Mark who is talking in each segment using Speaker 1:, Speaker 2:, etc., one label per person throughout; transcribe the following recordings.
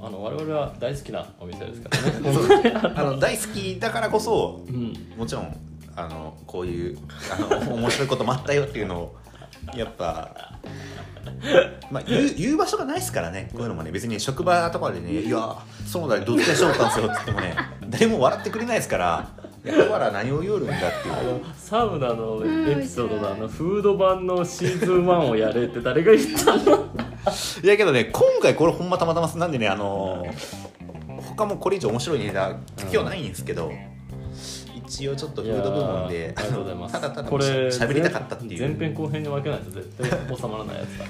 Speaker 1: が大好きなお店ですから ね。
Speaker 2: あの大好きだからこそ
Speaker 1: うん、
Speaker 2: もちろんあのこういうあの面白いこともあったよっていうのをやっぱ、まあ、言う言う場所がないですからねこういうのもね別に職場とかでね「いや園田にどっちでしょったんですよ」って言ってもね誰も笑ってくれないですから「いやだから何を言おるんだ」っていう
Speaker 1: サウナのエピソードのあのフード版のシーズン1をやれって誰が言 ったの
Speaker 2: いやけどね今回これほんまたまたまなんでねあの他もこれ以上面白いネタ今日ないんですけど。一応ちょっとフード部門
Speaker 1: いや
Speaker 2: で
Speaker 1: ーありがとうございます。
Speaker 2: ただただ
Speaker 1: これ
Speaker 2: 喋りたかったっていう
Speaker 1: 前前編後編に分けないと絶対収まらないやつだ。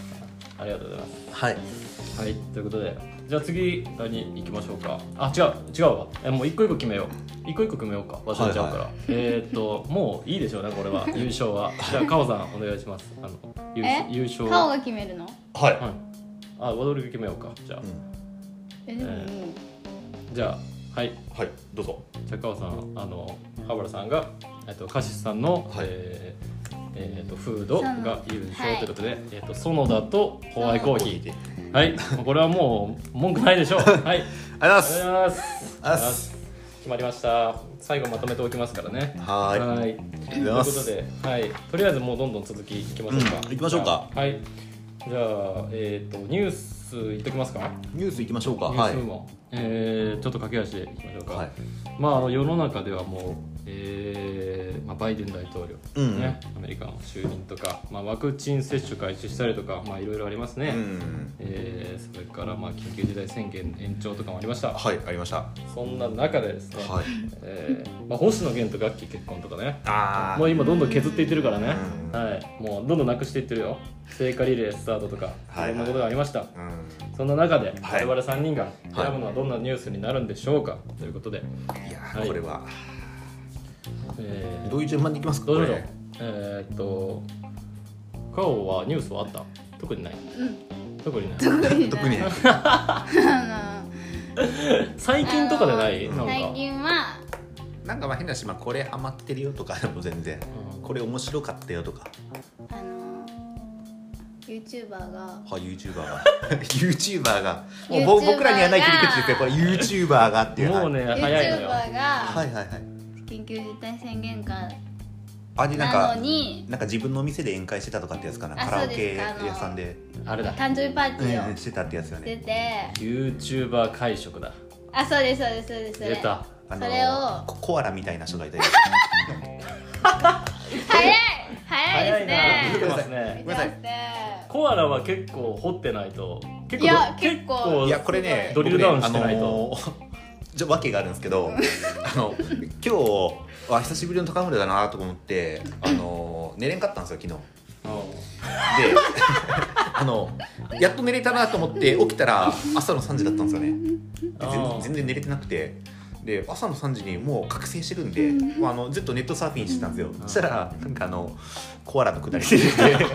Speaker 1: ありがとうございま
Speaker 2: はい
Speaker 1: す。はい、ということで、じゃあ次何行きましょうか。あ、違う違うわ。えもう一個一個決めよう。一個一個決めようか。忘れちゃうから。
Speaker 2: はいはい
Speaker 1: えーっともういいでしょうねこれは優勝は。じゃあカオさんお願いします。あの優
Speaker 3: え
Speaker 1: 優勝。は
Speaker 3: 顔が決めるの
Speaker 2: はい
Speaker 1: い。あ、ワドルが決めようか。じゃあ、
Speaker 3: えでももう、
Speaker 1: じゃあはい。
Speaker 2: はい、どうぞ。
Speaker 1: じゃあカオさんあの羽原さんがえっとカシスさんの、
Speaker 2: はい
Speaker 1: えーえーとフードが優
Speaker 3: は
Speaker 1: 勝
Speaker 3: い
Speaker 1: ということで、えっと園田とホワイコーヒーはいもうこれはもう文句ないで しょうはい
Speaker 2: ありが
Speaker 1: あ
Speaker 2: とうござい
Speaker 1: り
Speaker 2: ま
Speaker 1: がとうございます
Speaker 2: ありがとうございます
Speaker 1: 決まりました最後まとめておきますからね
Speaker 2: す。はーい。あ
Speaker 1: はい
Speaker 2: り
Speaker 1: と
Speaker 2: が
Speaker 1: い
Speaker 2: と
Speaker 1: うこ
Speaker 2: うございま
Speaker 1: と
Speaker 2: す。
Speaker 1: で、はい、とりあえずもうどんどん続きいきましょうか、
Speaker 2: うん行きましょうか
Speaker 1: じゃあはいじゃあえっ、とニュースいっときますか
Speaker 2: ニュース行きましょうか。
Speaker 1: ニュー
Speaker 2: は
Speaker 1: ス
Speaker 2: い。
Speaker 1: 部門、えーちょっと駆け足でいきましょうか、
Speaker 2: はい。
Speaker 1: まあ、あの世の中ではもう、えーまあ、バイデン大統領、
Speaker 2: うん
Speaker 1: ね、アメリカの就任とか、まあ、ワクチン接種開始したりとか、まあ、いろいろありますね、
Speaker 2: うん。
Speaker 1: えーそれから、まあ、緊急事態宣言延長とかもありました
Speaker 2: はい、ありました。は
Speaker 1: そんな中でですね、
Speaker 2: い。
Speaker 1: えーまあ、星野源と楽器結婚とかね
Speaker 2: あ
Speaker 1: もう今どんどん削っていってるからね、
Speaker 2: うん
Speaker 1: はい、もうどんどんなくしていってるよ聖火リレースタートとか
Speaker 2: はい
Speaker 1: いろんなことがありました、
Speaker 2: あ。うん。
Speaker 1: そんな中で
Speaker 2: は
Speaker 1: 我
Speaker 2: い
Speaker 1: 々3人が選ぶのはどんなニュースになるんでしょうか、ということで、
Speaker 2: いや
Speaker 1: は
Speaker 2: ー、
Speaker 1: い
Speaker 2: これは。
Speaker 1: えー
Speaker 2: どういう順番でいきますか。
Speaker 1: どうし
Speaker 2: こ
Speaker 1: よう
Speaker 2: れ。
Speaker 1: えー、っとカオはニュースはあった特にない特にない
Speaker 2: 特に。
Speaker 3: あ
Speaker 1: 最近とかでない
Speaker 3: あ
Speaker 1: なん
Speaker 3: の
Speaker 1: か
Speaker 3: 最近は
Speaker 2: なんかまあ変だし、まあ、これハマってるよとかでも全然。
Speaker 1: うん
Speaker 2: これ面白かったよとか。
Speaker 3: あの YouTuber が
Speaker 2: はい、ユーチューバ ーが。ユーチューバーが。もうぼ
Speaker 3: YouTuber
Speaker 2: 僕らにはない切り口ですよ。これユーチューバーがっていう。
Speaker 1: もうね
Speaker 2: はい
Speaker 1: 早いのよ
Speaker 3: YouTuber
Speaker 2: は
Speaker 3: が
Speaker 2: いはいはい。
Speaker 3: 緊急事態宣言下
Speaker 2: あれなん
Speaker 3: な
Speaker 2: か
Speaker 3: の。に
Speaker 2: なんか自分の店で宴会してたとかってやつかな。
Speaker 3: あ
Speaker 2: カラオ
Speaker 3: そうで
Speaker 2: ケ
Speaker 3: すかあの
Speaker 2: 屋さんで。
Speaker 1: あれだ
Speaker 3: 誕生日パーティ
Speaker 2: う
Speaker 3: ー
Speaker 2: ん、
Speaker 3: を
Speaker 2: してたってやつよ
Speaker 3: 出
Speaker 2: ね。
Speaker 3: て
Speaker 1: YouTuber 会食だ
Speaker 3: あそうですそうですそうですそれ
Speaker 1: 出た
Speaker 2: あの
Speaker 3: それを
Speaker 2: ココアラみたいな人が いたり。
Speaker 3: 早い早い
Speaker 1: な
Speaker 3: です
Speaker 1: 見て
Speaker 3: ね
Speaker 1: ますね
Speaker 2: ごめんなさい
Speaker 3: 見てますね
Speaker 1: コアラは結構掘ってないと結
Speaker 3: いや
Speaker 1: ど
Speaker 3: 結構
Speaker 2: いやこれね
Speaker 1: ドリルダウンしてないと
Speaker 2: 僕ねあのーじゃ訳があるんですけ どあの今日は久しぶりの高村だなと思ってあのー寝れんかったんですよ昨日であのやっと寝れたなと思って起きたら朝の3時だったんですよねで
Speaker 1: あー
Speaker 2: 全全然寝れてなくてで朝の3時にもう覚醒してるんで、まあ、あのずっとネットサーフィンしてたんですよそしたらなんかあのコアラのくだり出てき て
Speaker 1: うん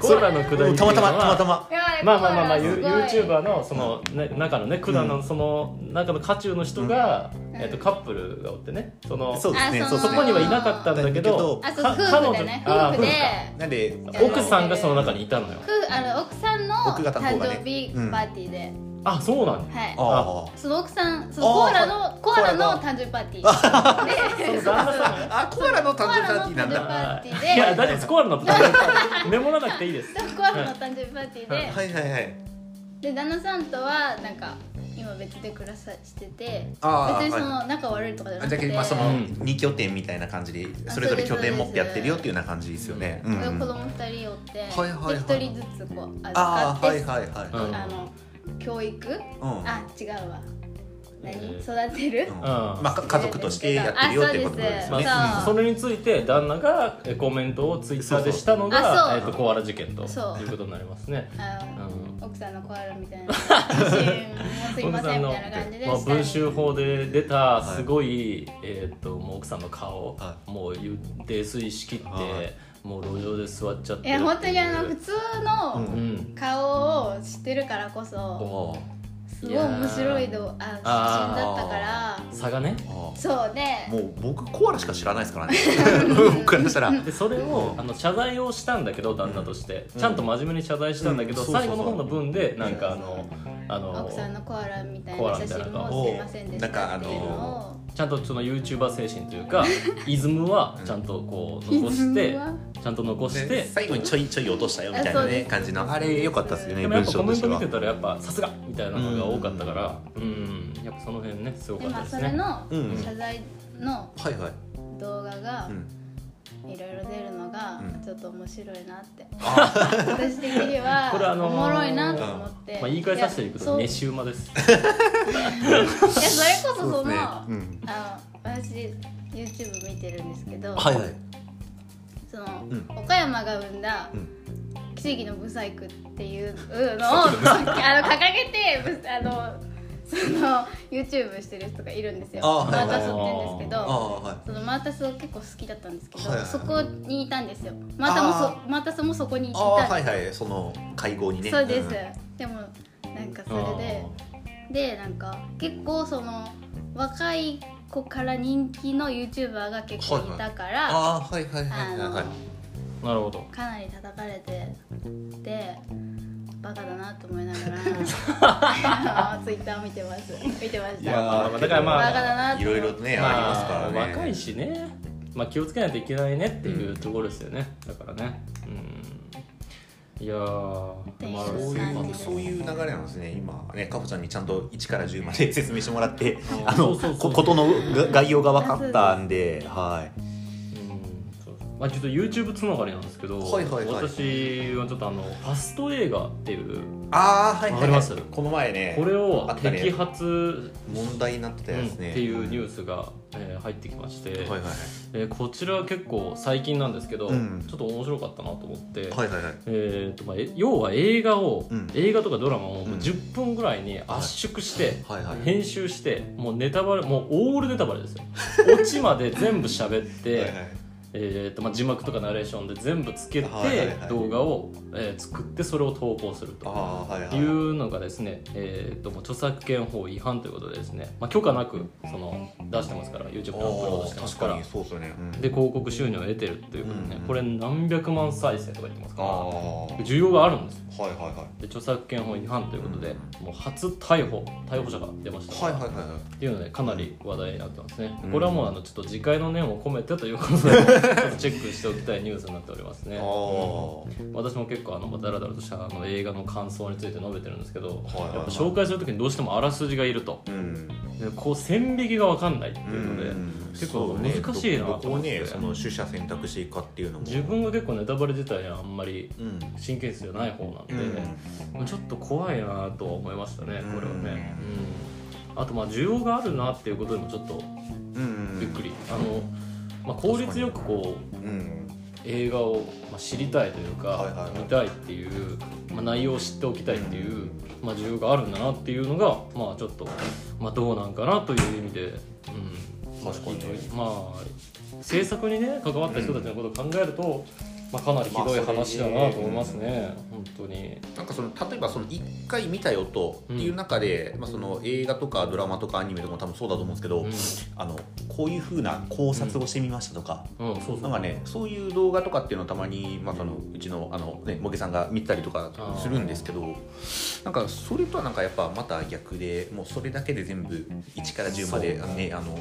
Speaker 1: コアラのくだりって
Speaker 2: た
Speaker 1: いう
Speaker 2: また
Speaker 1: のは
Speaker 2: またまたま
Speaker 3: やばい
Speaker 1: まあまあまあまあ
Speaker 3: コアラ
Speaker 1: ユ
Speaker 3: す
Speaker 1: ー
Speaker 3: ごい
Speaker 1: YouTuber のその、ね、中のね管のその中の渦中の人が、
Speaker 3: ん
Speaker 1: えっとカップルがおってねその
Speaker 2: そうですね
Speaker 3: あ
Speaker 2: そうです
Speaker 1: そ
Speaker 2: ね
Speaker 1: こにはいなかったんだけど
Speaker 3: あそう
Speaker 1: か
Speaker 3: 夫婦でね
Speaker 1: 彼女あー
Speaker 3: 夫婦で
Speaker 2: なんで
Speaker 1: 夫婦か奥さんがその中にいたのよ
Speaker 3: 夫婦あの奥さんの
Speaker 2: 奥方の方
Speaker 3: 誕
Speaker 2: がね
Speaker 3: 生日パーティーで、
Speaker 1: あそうなんや
Speaker 3: はい
Speaker 2: ああ
Speaker 3: その奥さんその
Speaker 2: あー
Speaker 3: コアラのコアラ
Speaker 2: コアラ
Speaker 3: の
Speaker 2: の
Speaker 3: 誕生日パーテ ィー
Speaker 1: その
Speaker 3: で
Speaker 1: 旦那さんが
Speaker 2: あコアラの誕生日パーティーなんだ
Speaker 3: コアラの誕生日パー
Speaker 1: はいい
Speaker 3: ティーパーティーで
Speaker 1: や大丈夫ですコアラの誕生日メモらなくていいです
Speaker 3: コアラの誕生日パーティーで、
Speaker 2: はいはいはい
Speaker 3: で旦那さんとはなんか今別で暮らさしてて
Speaker 2: あー
Speaker 3: 別にその仲悪いとかじゃ
Speaker 2: あ
Speaker 3: な
Speaker 2: じ
Speaker 3: く
Speaker 2: ゃあ
Speaker 3: て、
Speaker 2: まあそ
Speaker 1: うん
Speaker 2: の二拠点みたいな感じでそれぞれ拠点持ってやってるよっていうような感じですよね。うんうん
Speaker 3: 子供二人おって、
Speaker 2: はいはいはい
Speaker 3: で一人ずつこう預か
Speaker 2: あ
Speaker 3: っ
Speaker 2: あ
Speaker 3: て
Speaker 2: はいはいはい。
Speaker 1: うん
Speaker 3: あの教育、
Speaker 2: うん
Speaker 3: あ違うわ何
Speaker 1: え
Speaker 3: 育てる、
Speaker 2: うん
Speaker 1: あ
Speaker 2: まあか家族としてやってるよっていうことですよね。
Speaker 3: あ
Speaker 1: それについて旦那がえコメントをツイッターでしたの
Speaker 3: そうそうあ
Speaker 1: が
Speaker 3: そう
Speaker 1: えっとコアラ事件と
Speaker 3: そう
Speaker 1: いうことになりますね
Speaker 3: あの
Speaker 1: うん
Speaker 3: 奥さんのコアラみた いなシーンもすいませんみたいな感じで
Speaker 1: まあ、
Speaker 3: した
Speaker 1: 文集法で出たすごい、えー、ともう奥さんの顔、
Speaker 2: は
Speaker 1: もうゆ泥酔しきって、
Speaker 2: はい
Speaker 1: もう路上で座っちゃって
Speaker 3: いや本当にあの普
Speaker 1: う
Speaker 3: 通の
Speaker 1: ん
Speaker 3: 顔を知ってるからこ
Speaker 2: うん
Speaker 3: そ
Speaker 2: おー
Speaker 3: すすごい面白いのあ
Speaker 1: あー
Speaker 3: 写真だったから
Speaker 1: 差がね
Speaker 2: あ
Speaker 3: そう
Speaker 2: あ
Speaker 3: ね
Speaker 2: もう僕コアラしか知らないです からね僕からしたら
Speaker 1: でそれをあの謝罪をしたんだけど旦那として、ちゃんと真面目に謝罪したんだけど、
Speaker 2: うんそうそう
Speaker 1: 最
Speaker 2: そ
Speaker 1: 後
Speaker 2: う
Speaker 1: の方の分でなんかあのあの
Speaker 3: 奥さんのコアラみたい
Speaker 1: コア
Speaker 3: な
Speaker 1: ラみ
Speaker 3: 写
Speaker 1: たいな
Speaker 3: 真もすいませんでし
Speaker 2: なんか
Speaker 3: た
Speaker 2: あ
Speaker 3: っ
Speaker 2: の
Speaker 3: ていうのを
Speaker 1: ちゃんとその YouTuber 精神という かイズムはちゃんとこう残し
Speaker 3: イズ
Speaker 1: て
Speaker 3: ムは
Speaker 1: ちゃんと残し
Speaker 2: で
Speaker 1: て
Speaker 2: 最後にちょいちょい落としたよみたい
Speaker 3: あ
Speaker 2: な
Speaker 3: そうで
Speaker 2: ね
Speaker 3: す
Speaker 2: 感じのあれ良かったですよね
Speaker 1: でもや
Speaker 2: 文
Speaker 1: っぱコ
Speaker 2: 章と
Speaker 1: メン
Speaker 2: して
Speaker 1: ト見
Speaker 2: は
Speaker 1: てたらやっぱさすがみたいなのが多かったからうんやっぱその辺ねすご
Speaker 3: で
Speaker 1: かった
Speaker 3: まあ
Speaker 1: で
Speaker 3: そ
Speaker 1: す
Speaker 3: れ
Speaker 1: ね
Speaker 3: の
Speaker 2: うん
Speaker 3: 謝罪の
Speaker 2: はいはい、
Speaker 3: 動画が
Speaker 2: うん、
Speaker 3: いろいろ出るのが
Speaker 2: うん
Speaker 3: ちょっと面白いなって
Speaker 2: あ
Speaker 3: 私的には
Speaker 1: これあのー
Speaker 3: おもろいなと思って、
Speaker 1: まあ言い換えさせていくと
Speaker 3: いや
Speaker 1: ネシウマです
Speaker 3: そういやそれこそそ
Speaker 2: そ
Speaker 3: の
Speaker 2: うですねうん
Speaker 3: あの私 YouTube 見てるんですけど、
Speaker 2: はいはい
Speaker 3: その、
Speaker 2: うん
Speaker 3: 岡山が生んだ
Speaker 2: うん
Speaker 3: 奇跡のブサイクっていうのをあの掲げてぶあのその YouTube してる人がいるんですよ
Speaker 2: あー
Speaker 3: マータスって
Speaker 1: はいはいはい
Speaker 3: 言うんですけ
Speaker 2: あ
Speaker 3: ど
Speaker 2: あはい
Speaker 3: そのマータスを結構好きだったんですけど、
Speaker 2: はいはいはい
Speaker 3: そこにいたんですよマータもそ
Speaker 2: あ
Speaker 3: マータスもそこにいた
Speaker 2: あ
Speaker 3: んで
Speaker 2: あ
Speaker 3: す
Speaker 2: はいはいその会合にね
Speaker 3: そうです、
Speaker 2: ん
Speaker 3: でもなんかそれででなんか結構その若い子から人気の YouTuber が結構いたから、
Speaker 2: ああはいはいはいはいは
Speaker 3: あ
Speaker 2: い
Speaker 1: あーなるほど
Speaker 3: のかなり叩かれてでバカだなと思いながらあ の Twitter を見てます見てました
Speaker 2: いやー
Speaker 1: まあまあだからまあ
Speaker 3: バカだなと
Speaker 2: い
Speaker 3: 思
Speaker 2: ろ
Speaker 3: っ
Speaker 2: い
Speaker 3: て
Speaker 2: ろね、あ、りますからね。
Speaker 1: まあ若いしね、まあ、気をつけないといけないねっていうところですよね、だからねうんいやー、まあ、
Speaker 2: そう
Speaker 3: そういう感じ
Speaker 2: いう
Speaker 3: です
Speaker 2: そういう流れなんですね、今ね、かほちゃんにちゃんと1から10まで 説明してもらって、
Speaker 1: あ
Speaker 2: あの
Speaker 1: そうそうそ
Speaker 2: こ
Speaker 1: う
Speaker 2: ことのが概要が分かったんで、は
Speaker 1: うんそうまあ、ちょっと YouTube つながりなんですけど、
Speaker 2: はいはいはい
Speaker 1: 私はちょっとあのファスト映画っていう
Speaker 2: い、ああ、はい、はい、
Speaker 1: わかります
Speaker 2: この前ね、
Speaker 1: これを
Speaker 2: あったね
Speaker 1: 摘発、
Speaker 2: 問題になってた
Speaker 1: うん
Speaker 2: や
Speaker 1: っ
Speaker 2: つね。
Speaker 1: ていうニュ
Speaker 2: ー
Speaker 1: ースが、えー入ってきまして、
Speaker 2: はいはい
Speaker 1: えーこちらは結構最近なんですけど、
Speaker 2: うん
Speaker 1: ちょっと面白かったなと思って、
Speaker 2: はい、はいはいはい、
Speaker 1: えーとまあ、え要は映画を、
Speaker 2: うん
Speaker 1: 映画とかドラマをもううん10分ぐらいに圧縮して、
Speaker 2: はいはい
Speaker 1: 編集してもうネタバレもうオールネタバレです よオチまで全部喋って
Speaker 2: はいはい
Speaker 1: えーとまあ、字幕とかナレーションで全部つけて、
Speaker 2: はいはいはい
Speaker 1: 動画を、えー作ってそれを投稿すると
Speaker 2: ああー、はいはい
Speaker 1: い、うのがですね、えー、ともう著作権法違反ということでですね、まあ、許可なくその出してますから YouTube でアップロードして
Speaker 2: あ
Speaker 1: ま
Speaker 2: ー
Speaker 1: すか
Speaker 2: 確からにそうですよね。うん
Speaker 1: で広告収入を得てるっていうことでね、
Speaker 2: うんうん
Speaker 1: これ何百万再生とか言ってます
Speaker 2: ああ、
Speaker 1: か
Speaker 2: はい
Speaker 1: ら需要があるんですよ
Speaker 2: はいは
Speaker 1: で著作権法違反ということで、
Speaker 2: う
Speaker 1: もう初逮捕逮捕者が出ました
Speaker 2: い、
Speaker 1: か
Speaker 2: はい
Speaker 1: ら、
Speaker 2: はいはいはい。
Speaker 1: っていうのでかなり話題になってますね、
Speaker 2: うん
Speaker 1: これはもうあのちょっと次回の念を込めてという ことでちょっとチェックしておきたいニュースになっておりますね
Speaker 2: ああ、
Speaker 1: 私も結構あのダラダラとしたあの映画の感想について述べてるんですけど、
Speaker 2: はいはいはい
Speaker 1: やっぱ紹介する時にどうしてもあらすじがいると
Speaker 2: うん。
Speaker 1: でこう線引きが分かんないって
Speaker 2: う
Speaker 1: いうので、
Speaker 2: ん
Speaker 1: 結構難しいなと
Speaker 2: ど
Speaker 1: 思って
Speaker 2: こをねその取捨選択していくかっていうのも
Speaker 1: 自分が結構ネタバレ自体はあんまり
Speaker 2: うん
Speaker 1: 神経質じゃない方なんで、
Speaker 2: う
Speaker 1: ちょっと怖いなとは思いましたねこれはね、
Speaker 2: う
Speaker 1: うんあとまあ需要があるなっていうことにもちょっと
Speaker 2: ん
Speaker 1: びっくり、あの、まあ、効率よくこう
Speaker 2: うん
Speaker 1: 映画をまあ知りたいというか、
Speaker 2: はいはいはい
Speaker 1: 見たいっていう、まあ、内容を知っておきたいっていう、まあ、需要があるんだなっていうのがまあちょっと、まあ、どうなんかなという意味で、うん、
Speaker 2: 確かにね
Speaker 1: まあ制作にね関わった人たちのことを考えると、まあ、かなりひどい話だなと思いますね、本当に。
Speaker 2: なんかその例えばその一回見たよとっていう中で、まあ、その映画とかドラマとかアニメとかも多分そうだと思うんですけど、あのこういうふうな考察をしてみましたとか、
Speaker 1: うん、うん、そうそ
Speaker 2: な
Speaker 1: うん
Speaker 2: かねそういう動画とかっていうのをたまに、まあ、そのうちのあの、ね、もげさんが見たりとかするんですけどなんかそれとはなんかやっぱまた逆でもうそれだけで全部1から10まで、
Speaker 1: そう
Speaker 2: あのね、あの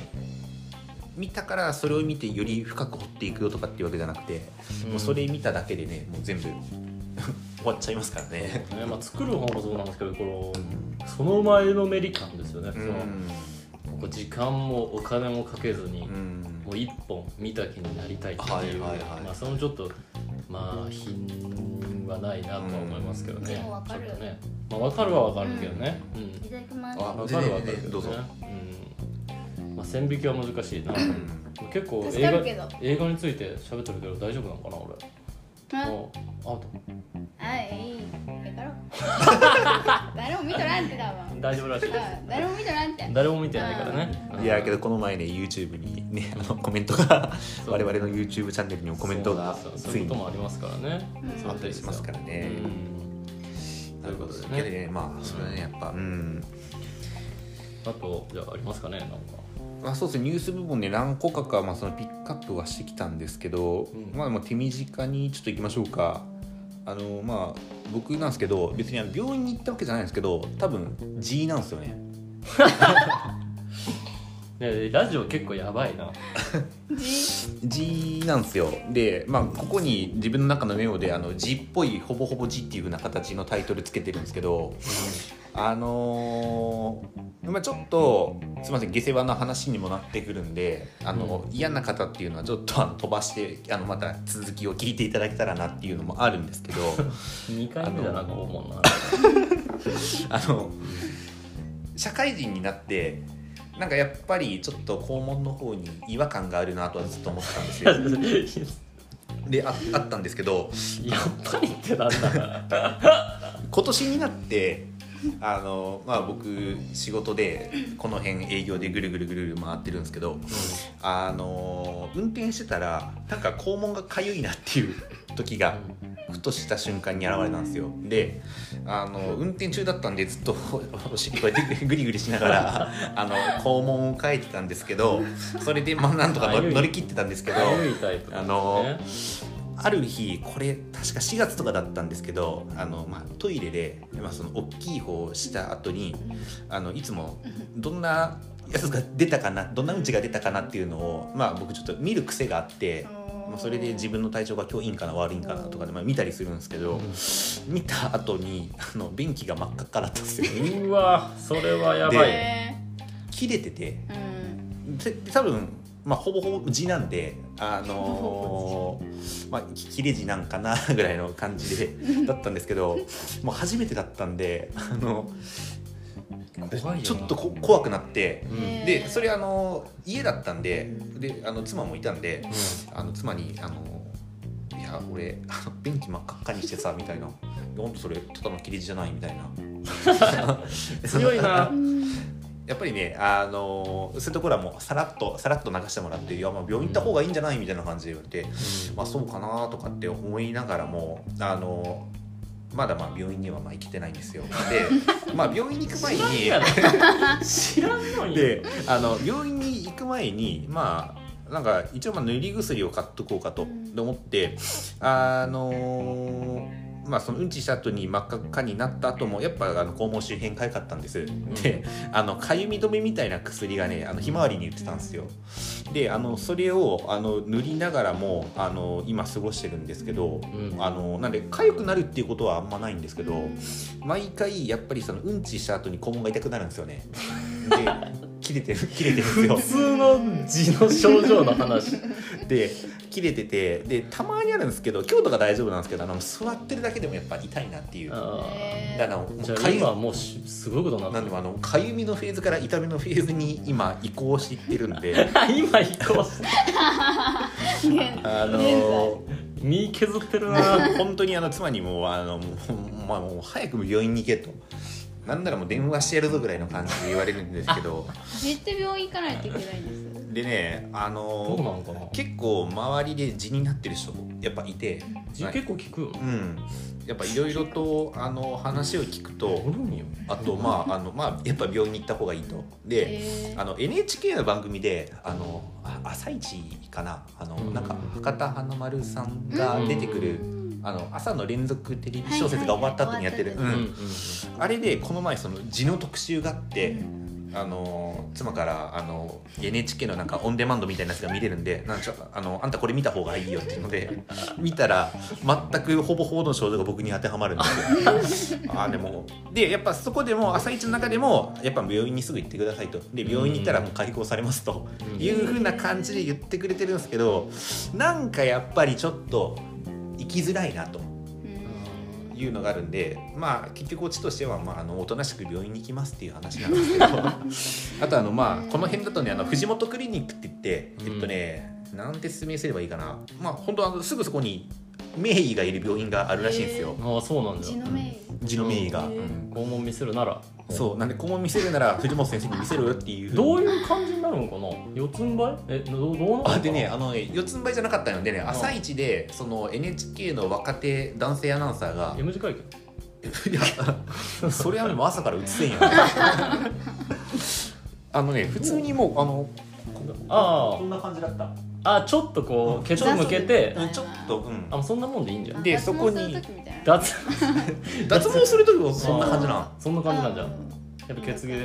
Speaker 2: 見たからそれを見てより深く掘っていくよとかっていうわけじゃなくて、
Speaker 1: うん
Speaker 2: もうそれ見ただけでねもう全部 終わっちゃいますからね。
Speaker 1: ねまあ、作る方もそうなんですけどこのその前のめり感ですよね、
Speaker 2: う
Speaker 1: そのこう時間もお金もかけずに、
Speaker 2: ん
Speaker 1: もう一本見た気になりたいっていう、
Speaker 2: はいはいはい
Speaker 1: まあ、そのちょっとまあ品はないなとは思いますけどね、
Speaker 3: うんでもわかる
Speaker 1: ちょっとね、まあ、わかるはわかるけどね、うん
Speaker 3: いただきます
Speaker 2: あ
Speaker 1: わかるはわかるけど、ね
Speaker 2: ねどうぞ
Speaker 1: うんまあ、線引きは難しいな結構映
Speaker 3: 助か
Speaker 1: 画
Speaker 3: るけど
Speaker 1: 映画について喋ってるけど大丈夫なのかな俺
Speaker 3: あ
Speaker 1: もうアウト
Speaker 3: はいいいえかろ誰も見とらんってだわ
Speaker 1: 大丈夫らしいです
Speaker 3: あ誰も見とらんって
Speaker 1: 誰も見てないからね
Speaker 2: いやけどこの前ね YouTube にねあのコメントが
Speaker 1: そう
Speaker 2: 我々の YouTube チャンネルにもコメントが
Speaker 1: そうなんですよ
Speaker 2: つ
Speaker 1: そうい
Speaker 2: いう
Speaker 1: こと
Speaker 2: に
Speaker 1: もありますからね、
Speaker 3: うん
Speaker 1: そう
Speaker 2: あ
Speaker 1: なん
Speaker 2: った
Speaker 1: で
Speaker 2: りし
Speaker 1: よ
Speaker 2: ますからね。
Speaker 1: うんということです
Speaker 2: けど
Speaker 1: ね
Speaker 2: ねまあそれはねやっぱうん、
Speaker 1: あとじゃあありますかねなんか
Speaker 2: まあ、そうですねニュース部門で何個かか、まあ、そのピックアップはしてきたんですけど、
Speaker 1: うん
Speaker 2: まあ、もう手短にちょっといきましょうかあのまあ僕なんですけど別にあの病院に行ったわけじゃないんですけど多分 G なんですよね
Speaker 1: ねラジオ結構やばいな
Speaker 3: じ
Speaker 2: G なんですよで、まあ、ここに自分の中のメモであの G っぽいほぼほぼ G っていう風な形のタイトルつけてるんですけどあのーまあ、ちょっとすみません下世話の話にもなってくるんであの、嫌な方っていうのはちょっとあの飛ばしてあのまた続きを聞いていただけたらなっていうのもあるんですけど
Speaker 1: 2回目だなこうもんな
Speaker 2: あの社会人になってなんかやっぱりちょっと肛門の方に違和感があるなとはずっと思ってたんですよでああったんですけど
Speaker 1: やっぱりってなんだ
Speaker 2: 今年になってあの、まあ、僕仕事でこの辺営業でぐるぐるぐるぐる回ってるんですけどあの運転してたらなんか肛門がかゆいなっていう時がふとした瞬間に現れたんですよであの運転中だったんでずっとおお尻こうやってぐりぐりしながらあの肛門をかいてたんですけどそれでまあなんとか乗り乗り切ってたんですけど
Speaker 1: 悪いタイプなんですね
Speaker 2: あのある日これ確か4月とかだったんですけどあの、まあ、トイレで、まあ、その大きい方をした後にあのいつもどんなやつが出たかなどんなうんちが出たかなっていうのを、まあ、僕ちょっと見る癖があって。まあ、それで自分の体調が今日いいんかな悪いんかなとかで、まあ、見たりするんですけど、見た後にあの便器が真っ赤っかだったんですよ
Speaker 1: うわそれはやばい
Speaker 3: え
Speaker 2: 切れてて
Speaker 3: ーうん
Speaker 2: で多分、まあ、ほぼほぼ地なんで、あ のーまあ、き切れ字なんかなぐらいの感じでだったんですけどもう初めてだったんであの
Speaker 1: 怖いよな
Speaker 2: ちょっとこ怖くなって
Speaker 1: うん
Speaker 3: ね
Speaker 2: でそれあの家だったんでであの妻もいたんであの妻にあの「いや俺あの便器真っ赤っかにしてさ」みたいな「ほんとそれただの切れ字じゃない」みたいな
Speaker 1: 強いな
Speaker 2: やっぱりね、あのーそういうところはもうさらっとさらっと流してもらって「いやまあ病院行った方がいいんじゃない?」みたいな感じで言われて「まあそうかな」とかって思いながらも、あのーまだまあ病院にはまあ行けてないんですよ。で、まあ、病院に行く 前に
Speaker 1: 知らんやろ知らんのに
Speaker 2: であの病院に行く前にまあなんか一応まあ塗り薬を買っとこうかと
Speaker 3: うん
Speaker 2: で思ってあのーまあそのうんちした後に真っ赤っかになった後もやっぱあの肛門周辺かゆかったんですであのかゆみ止めみたいな薬がねあのひまわりに売ってたんですよであのそれをあの塗りながらもあの今過ごしてるんですけど
Speaker 1: うん
Speaker 2: あのなんで痒くなるっていうことはあんまないんですけ
Speaker 3: う
Speaker 2: ど
Speaker 3: ん
Speaker 2: 毎回やっぱりそのうんちした後に肛門が痛くなるんですよ ねで切れてる切れてるんで
Speaker 1: 普
Speaker 2: すよ
Speaker 1: 通の字の症状の話
Speaker 2: で切れててでたまにあるんですけど今日とか大丈夫なんですけどあの座ってるだけでもやっぱ痛いなっていうだか
Speaker 1: あ
Speaker 3: えー
Speaker 2: らも
Speaker 1: ーじゃ
Speaker 2: う
Speaker 1: あ
Speaker 2: かゆ
Speaker 1: 今はもうしすごいことにな
Speaker 2: な
Speaker 1: っ
Speaker 2: ん
Speaker 1: て
Speaker 2: で
Speaker 1: る
Speaker 2: もあのかゆみのフェーズから痛みのフェーズに今移行していってるんで
Speaker 1: 今移行して
Speaker 3: ね
Speaker 2: あの
Speaker 1: 身削ってるな
Speaker 2: 本当にあの妻にもうあのもう、まあ、もう早く病院に行けとなんならもう電話してやるぞぐらいの感じで言われるんですけど
Speaker 3: めっちゃ病院行かないといけないんです
Speaker 2: でねあ
Speaker 1: どうな
Speaker 2: の
Speaker 1: のかな
Speaker 2: 結構周りで痔になってる人やっぱいて、
Speaker 1: 字結構聞くよ
Speaker 2: うん、やっぱいろいろとあの話を聞く
Speaker 1: お
Speaker 2: と
Speaker 1: るんよ
Speaker 2: あとまああの、まあ、やっぱ病院に行った方がいいと。で、
Speaker 3: えー
Speaker 2: あの NHK の番組で「あのあ朝一かなあの、
Speaker 1: うん
Speaker 2: なんか博多華丸さんが出てくる、あの朝の連続テレビ小説が終わった後にやってる、
Speaker 3: はいはいは
Speaker 1: う
Speaker 3: い
Speaker 1: んうん
Speaker 2: うんあれでこの前その地の特集があって。あの妻からあの NHK のなんかオンデマンドみたいなやつが見れるんでなんかちょあのあんたこれ見た方がいいよっていうので見たら全くほぼほぼの症状が僕に当てはまるんです よあーでもでやっぱそこでも朝一の中でもやっぱ病院にすぐ行ってくださいとで病院に行ったらもう解放されますと
Speaker 1: うん
Speaker 2: いうふうな感じで言ってくれてるんですけどなんかやっぱりちょっと行きづらいなと。
Speaker 3: うん
Speaker 2: いうのがあるんで、まあ、結局オチとしては、まあ、あのおとなしく病院に行きますっていう話なんですけど あとあの、まあ、この辺だとねあの藤本クリニックって言って、
Speaker 1: うん
Speaker 2: えっとねなんて説明すればいいかな、まあ、本当あのすぐそこに名医がいる病院があるらしいんですよ、
Speaker 1: ああそうなんだ
Speaker 3: 地
Speaker 1: よ
Speaker 3: の名医
Speaker 2: 地の名医が、
Speaker 3: うん
Speaker 2: うん
Speaker 1: 肛門見せるなら
Speaker 2: そうなんでここ見せるなら藤本先生に見せろよっていう
Speaker 1: どう
Speaker 2: う
Speaker 1: いう感じになるのかな四つん這いえどうどうなのかな
Speaker 2: あでねあのね四つん這いじゃなかったのでね
Speaker 1: ん
Speaker 2: 朝一でその NHK の若手男性アナウンサーが
Speaker 1: M 字回
Speaker 2: いやそれはもう朝から映 せんよあのね普通にもうあの
Speaker 1: ああ
Speaker 2: こんな感じだった
Speaker 1: あちょっとこうケツを向けて
Speaker 3: うん
Speaker 2: うんちょっとうん
Speaker 1: あもうそんなもんでいいんじゃん
Speaker 2: でそこに
Speaker 3: だ
Speaker 1: 脱
Speaker 2: 脱毛する時も そんな感じな
Speaker 1: そんな感じなんじゃんやっぱ
Speaker 3: 毛
Speaker 1: 血芸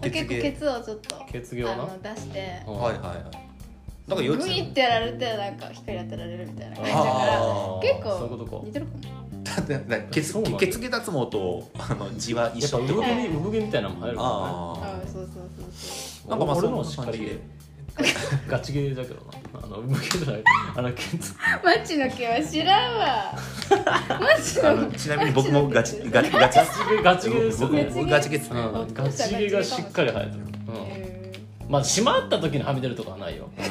Speaker 2: 毛
Speaker 3: 結構ケツをちょっと
Speaker 1: 血芸をな
Speaker 3: あの出して
Speaker 1: うん
Speaker 2: の
Speaker 1: はい
Speaker 2: はいはいなんか四
Speaker 3: グ
Speaker 2: つ
Speaker 3: イってやられてなんか光当てられるみたいな感じだから
Speaker 2: あ
Speaker 3: 結
Speaker 1: そういうこと
Speaker 3: 構
Speaker 1: か
Speaker 3: 似てるかも
Speaker 2: だだ血
Speaker 1: そうなんだ
Speaker 2: 血毛脱毛とあの地は一
Speaker 1: やっぱ
Speaker 2: 緒っ
Speaker 1: 産
Speaker 2: て
Speaker 1: 毛
Speaker 2: こと
Speaker 3: はい
Speaker 1: 産毛みたいなのも入るか
Speaker 2: あ
Speaker 3: うんそうそうそうそ
Speaker 1: らね
Speaker 2: あなんかまあ
Speaker 1: 俺
Speaker 2: そ
Speaker 1: の
Speaker 2: ん
Speaker 1: は
Speaker 2: な
Speaker 1: しっか
Speaker 2: 感じ
Speaker 1: り
Speaker 2: で
Speaker 1: ガチゲーだけどなあの産毛じゃないあのケツ
Speaker 3: うマッチの毛は知ら んわマッチ
Speaker 2: あ
Speaker 3: の
Speaker 2: のちなみに僕もガチ
Speaker 3: マッチの毛
Speaker 2: ガチガチ
Speaker 1: ガチゲーですよ
Speaker 2: 僕
Speaker 1: ね
Speaker 2: も僕ガチ毛ですね
Speaker 1: うんガチ毛がしっかり生えてる、うん、
Speaker 3: え
Speaker 1: まあ閉まった時にはみ出るとかはないよ
Speaker 3: ー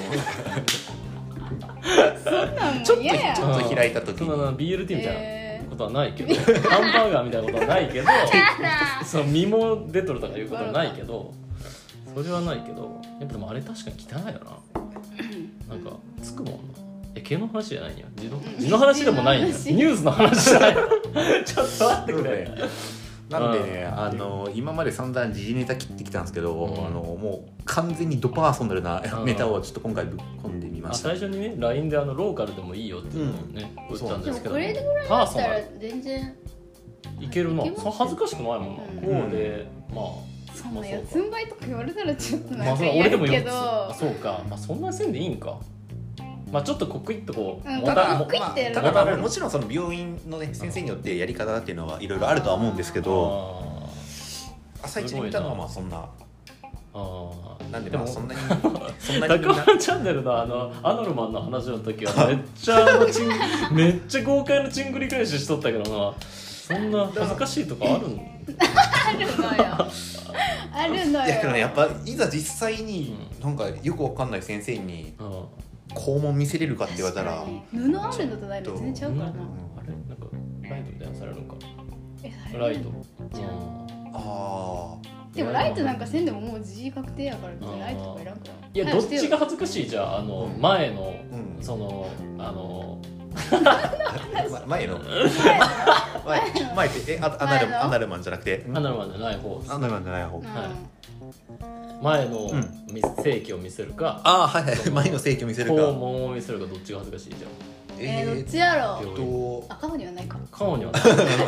Speaker 3: そんなんも
Speaker 2: ちょっ
Speaker 3: う
Speaker 2: と
Speaker 3: 嫌や
Speaker 2: ちょっと開いた時
Speaker 1: そんな
Speaker 2: に
Speaker 1: な BLT みたい
Speaker 3: え
Speaker 1: な
Speaker 3: ー
Speaker 1: ことはない けど、ハンバーガーみたいなことはないけどその身も出とるとかいうことはないけどそれはないけどやっぱでもあれ確かに汚いよななんかつくもんなえ毛の話じゃないんや地の地の話でもないんやニ
Speaker 3: 地の話
Speaker 1: ュースの話じゃない ちょっと待ってくれ
Speaker 2: なんでね、あの今まで散々時事ネタ切ってきたんですけど、
Speaker 1: うん
Speaker 2: あのもう完全にドパーソンダルな
Speaker 1: うん
Speaker 2: ネタをちょっと今回ぶっ込んでみま
Speaker 1: あ
Speaker 2: した。
Speaker 1: 最初にね LINE であのローカルでもいいよっていうのをね
Speaker 2: う
Speaker 1: 打
Speaker 2: ん
Speaker 1: ったん
Speaker 3: で
Speaker 1: で
Speaker 3: も
Speaker 1: すけど
Speaker 3: これぐらい
Speaker 1: パ
Speaker 3: だ
Speaker 1: ー
Speaker 3: っ
Speaker 1: ソ
Speaker 3: た
Speaker 1: ナ
Speaker 3: ら
Speaker 1: ル
Speaker 3: 全然
Speaker 1: いけるない
Speaker 3: けます
Speaker 1: そ
Speaker 3: よ
Speaker 1: 恥ずかしくないもんな、
Speaker 3: うん
Speaker 1: こうでまあ
Speaker 3: そん
Speaker 1: ま
Speaker 3: な
Speaker 1: あ
Speaker 3: 四つ
Speaker 1: そうん
Speaker 3: 這いとか言われたらちょっと
Speaker 1: かま
Speaker 3: な
Speaker 1: あ
Speaker 3: ん
Speaker 1: そ
Speaker 3: か
Speaker 1: う俺
Speaker 3: 嫌
Speaker 1: でも
Speaker 3: やけ
Speaker 1: 四つ
Speaker 3: ど、
Speaker 1: あそうか、まあ、そんな線でいいんかまあちょっとコクイッとこう、
Speaker 3: うん
Speaker 1: もたも
Speaker 3: コクイッとやる
Speaker 2: ただまあもちろんその病院のね先生によってやり方っていうのはいろいろあるとは思うんですけど
Speaker 1: あ
Speaker 2: 朝一で見たのはまあそんな
Speaker 1: ーあー
Speaker 2: なんで
Speaker 1: で
Speaker 2: まあ
Speaker 1: も
Speaker 2: そんなにそんな にみん
Speaker 1: 高
Speaker 2: な
Speaker 1: 原チャンネルのあのアノルマンの話の時はめっちゃあの チンめっちゃ豪快なチングリ返ししとったけどなそんな恥ずかしいとかあるの
Speaker 3: ある のよあるのよ
Speaker 2: いやけどねやっぱいざ実際になんかよくわかんない先生に
Speaker 1: うん
Speaker 2: 肛門見せれるかって言われたら
Speaker 3: 確かに布あるのとないの全然ちゃうから
Speaker 1: あ
Speaker 3: な、
Speaker 1: れなんかライトみたいなのされるのか
Speaker 3: え
Speaker 1: ライト
Speaker 3: じゃあ
Speaker 2: あ
Speaker 3: でもライトなんかせんでももう G 確定やから別にライトとかいらんから
Speaker 1: いやどっちが恥ずかしいじゃああの
Speaker 2: うん
Speaker 1: 前の
Speaker 2: あうん
Speaker 1: そのあの
Speaker 2: ま前の前前ってえあアナ
Speaker 3: 前の
Speaker 2: ルアナルマンじゃなくて
Speaker 1: アナルマンじゃない方
Speaker 2: アナルマンじゃない方、
Speaker 3: う ん
Speaker 1: はい前の
Speaker 2: うん
Speaker 1: み正規を見せるか
Speaker 2: ああはいはい前の正規を見せるか
Speaker 1: 肛門を見せるかどっちが恥ずかしいじゃん
Speaker 3: えー、どっ
Speaker 2: え
Speaker 3: ちや
Speaker 2: ー、
Speaker 3: ろ
Speaker 2: っ
Speaker 1: っ
Speaker 2: と
Speaker 3: あカモにはないか
Speaker 1: 顔 には
Speaker 3: 価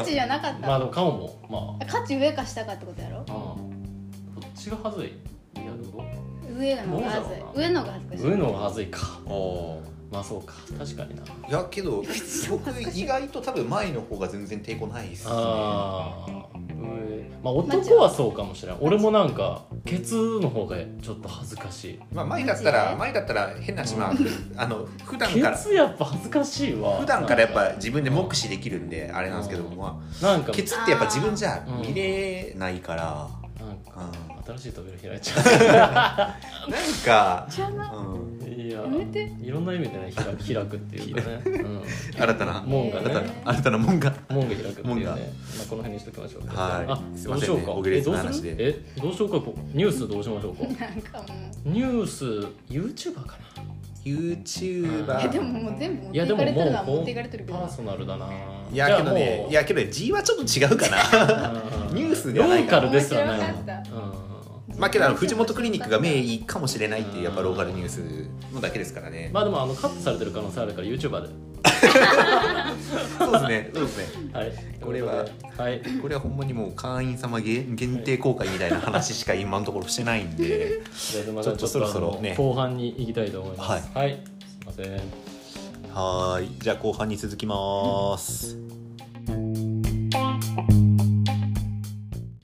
Speaker 3: 値じゃなかった、
Speaker 1: まあでも顔もま
Speaker 3: あ、価値上か下かってことやろ
Speaker 1: あうんどっちが恥ずいいやどこ
Speaker 3: 上のが
Speaker 1: どう
Speaker 3: 恥ずい
Speaker 1: だろうな
Speaker 3: 上のが恥ずかしい
Speaker 1: 上の方が恥ずいか
Speaker 2: あ
Speaker 1: まあそうか確かにな
Speaker 2: あいやけど僕意外と多分前の方が全然抵抗ないっすね
Speaker 1: ああ上まあ男はそうかもしれない俺もなんかケツの方がちょっと恥ずかしい
Speaker 2: まあ前だったら
Speaker 3: マジで
Speaker 2: 前だったら変なしまああの普段
Speaker 1: ケ
Speaker 2: から
Speaker 1: ツやっぱ恥ずかしいわ
Speaker 2: 普段からやっぱ自分で目視できるんであれなんですけどま
Speaker 1: なんか
Speaker 2: あケツってやっぱ自分じゃ見れないから、
Speaker 1: なんか
Speaker 2: う
Speaker 1: 新しい扉開いち ゃ
Speaker 2: ん、なんか、
Speaker 3: 邪魔
Speaker 2: うん、
Speaker 1: ういや
Speaker 3: やめて
Speaker 1: いろんな意味でね開く開くっていうかね、
Speaker 2: 新たな
Speaker 1: うん、門が
Speaker 2: 新たな
Speaker 1: ね
Speaker 2: 新たなもんが
Speaker 1: 門が開くっていうね、
Speaker 2: 門
Speaker 1: まあ
Speaker 2: が、
Speaker 1: この辺にしときましょうか
Speaker 2: はい
Speaker 1: あ
Speaker 2: すい
Speaker 1: ど
Speaker 2: ま
Speaker 1: うし
Speaker 2: せ
Speaker 1: よ
Speaker 2: ん
Speaker 1: う
Speaker 2: ね
Speaker 1: か
Speaker 2: お下劣な
Speaker 1: えどうする
Speaker 2: 話で
Speaker 1: えどうしようかこうニュースどうしましょうか
Speaker 3: なんかもう
Speaker 1: ニュース YouTuber かな
Speaker 2: YouTuber
Speaker 3: えでももう全部持っ
Speaker 1: い
Speaker 3: て
Speaker 1: や
Speaker 3: い
Speaker 1: で
Speaker 3: か
Speaker 1: も
Speaker 3: れ
Speaker 1: も
Speaker 3: て
Speaker 1: う
Speaker 3: るのは持っていかれてるけ
Speaker 1: パ
Speaker 3: ど
Speaker 1: ーソナルだないい
Speaker 2: やけどねいやけどね G はちょっと違うか なニュースではない
Speaker 1: ローカ
Speaker 2: か
Speaker 1: ル
Speaker 2: ら
Speaker 1: ですよ
Speaker 3: 面
Speaker 1: ね
Speaker 3: 白かった
Speaker 1: う
Speaker 2: まあけどあの藤本クリニックが名医かもしれないっていうやっぱローカルニュースのだけですからね
Speaker 1: ん、まあでもあのカットされてる可能性あるから YouTuber
Speaker 2: そうですねそうですね
Speaker 1: ではい
Speaker 2: これは
Speaker 1: ということではい
Speaker 2: これはほんまにもう会員様限限定公開みたいな話しか今のところしてないん で
Speaker 1: じゃあすいま
Speaker 2: ち
Speaker 1: せ
Speaker 2: ょ
Speaker 1: ん
Speaker 2: っ
Speaker 1: ちょ
Speaker 2: と
Speaker 1: っ
Speaker 2: そろそろ
Speaker 1: とあの
Speaker 2: ね
Speaker 1: 後半に行きたいと思いますはい、すいません
Speaker 2: はーいじゃあ後半に続きます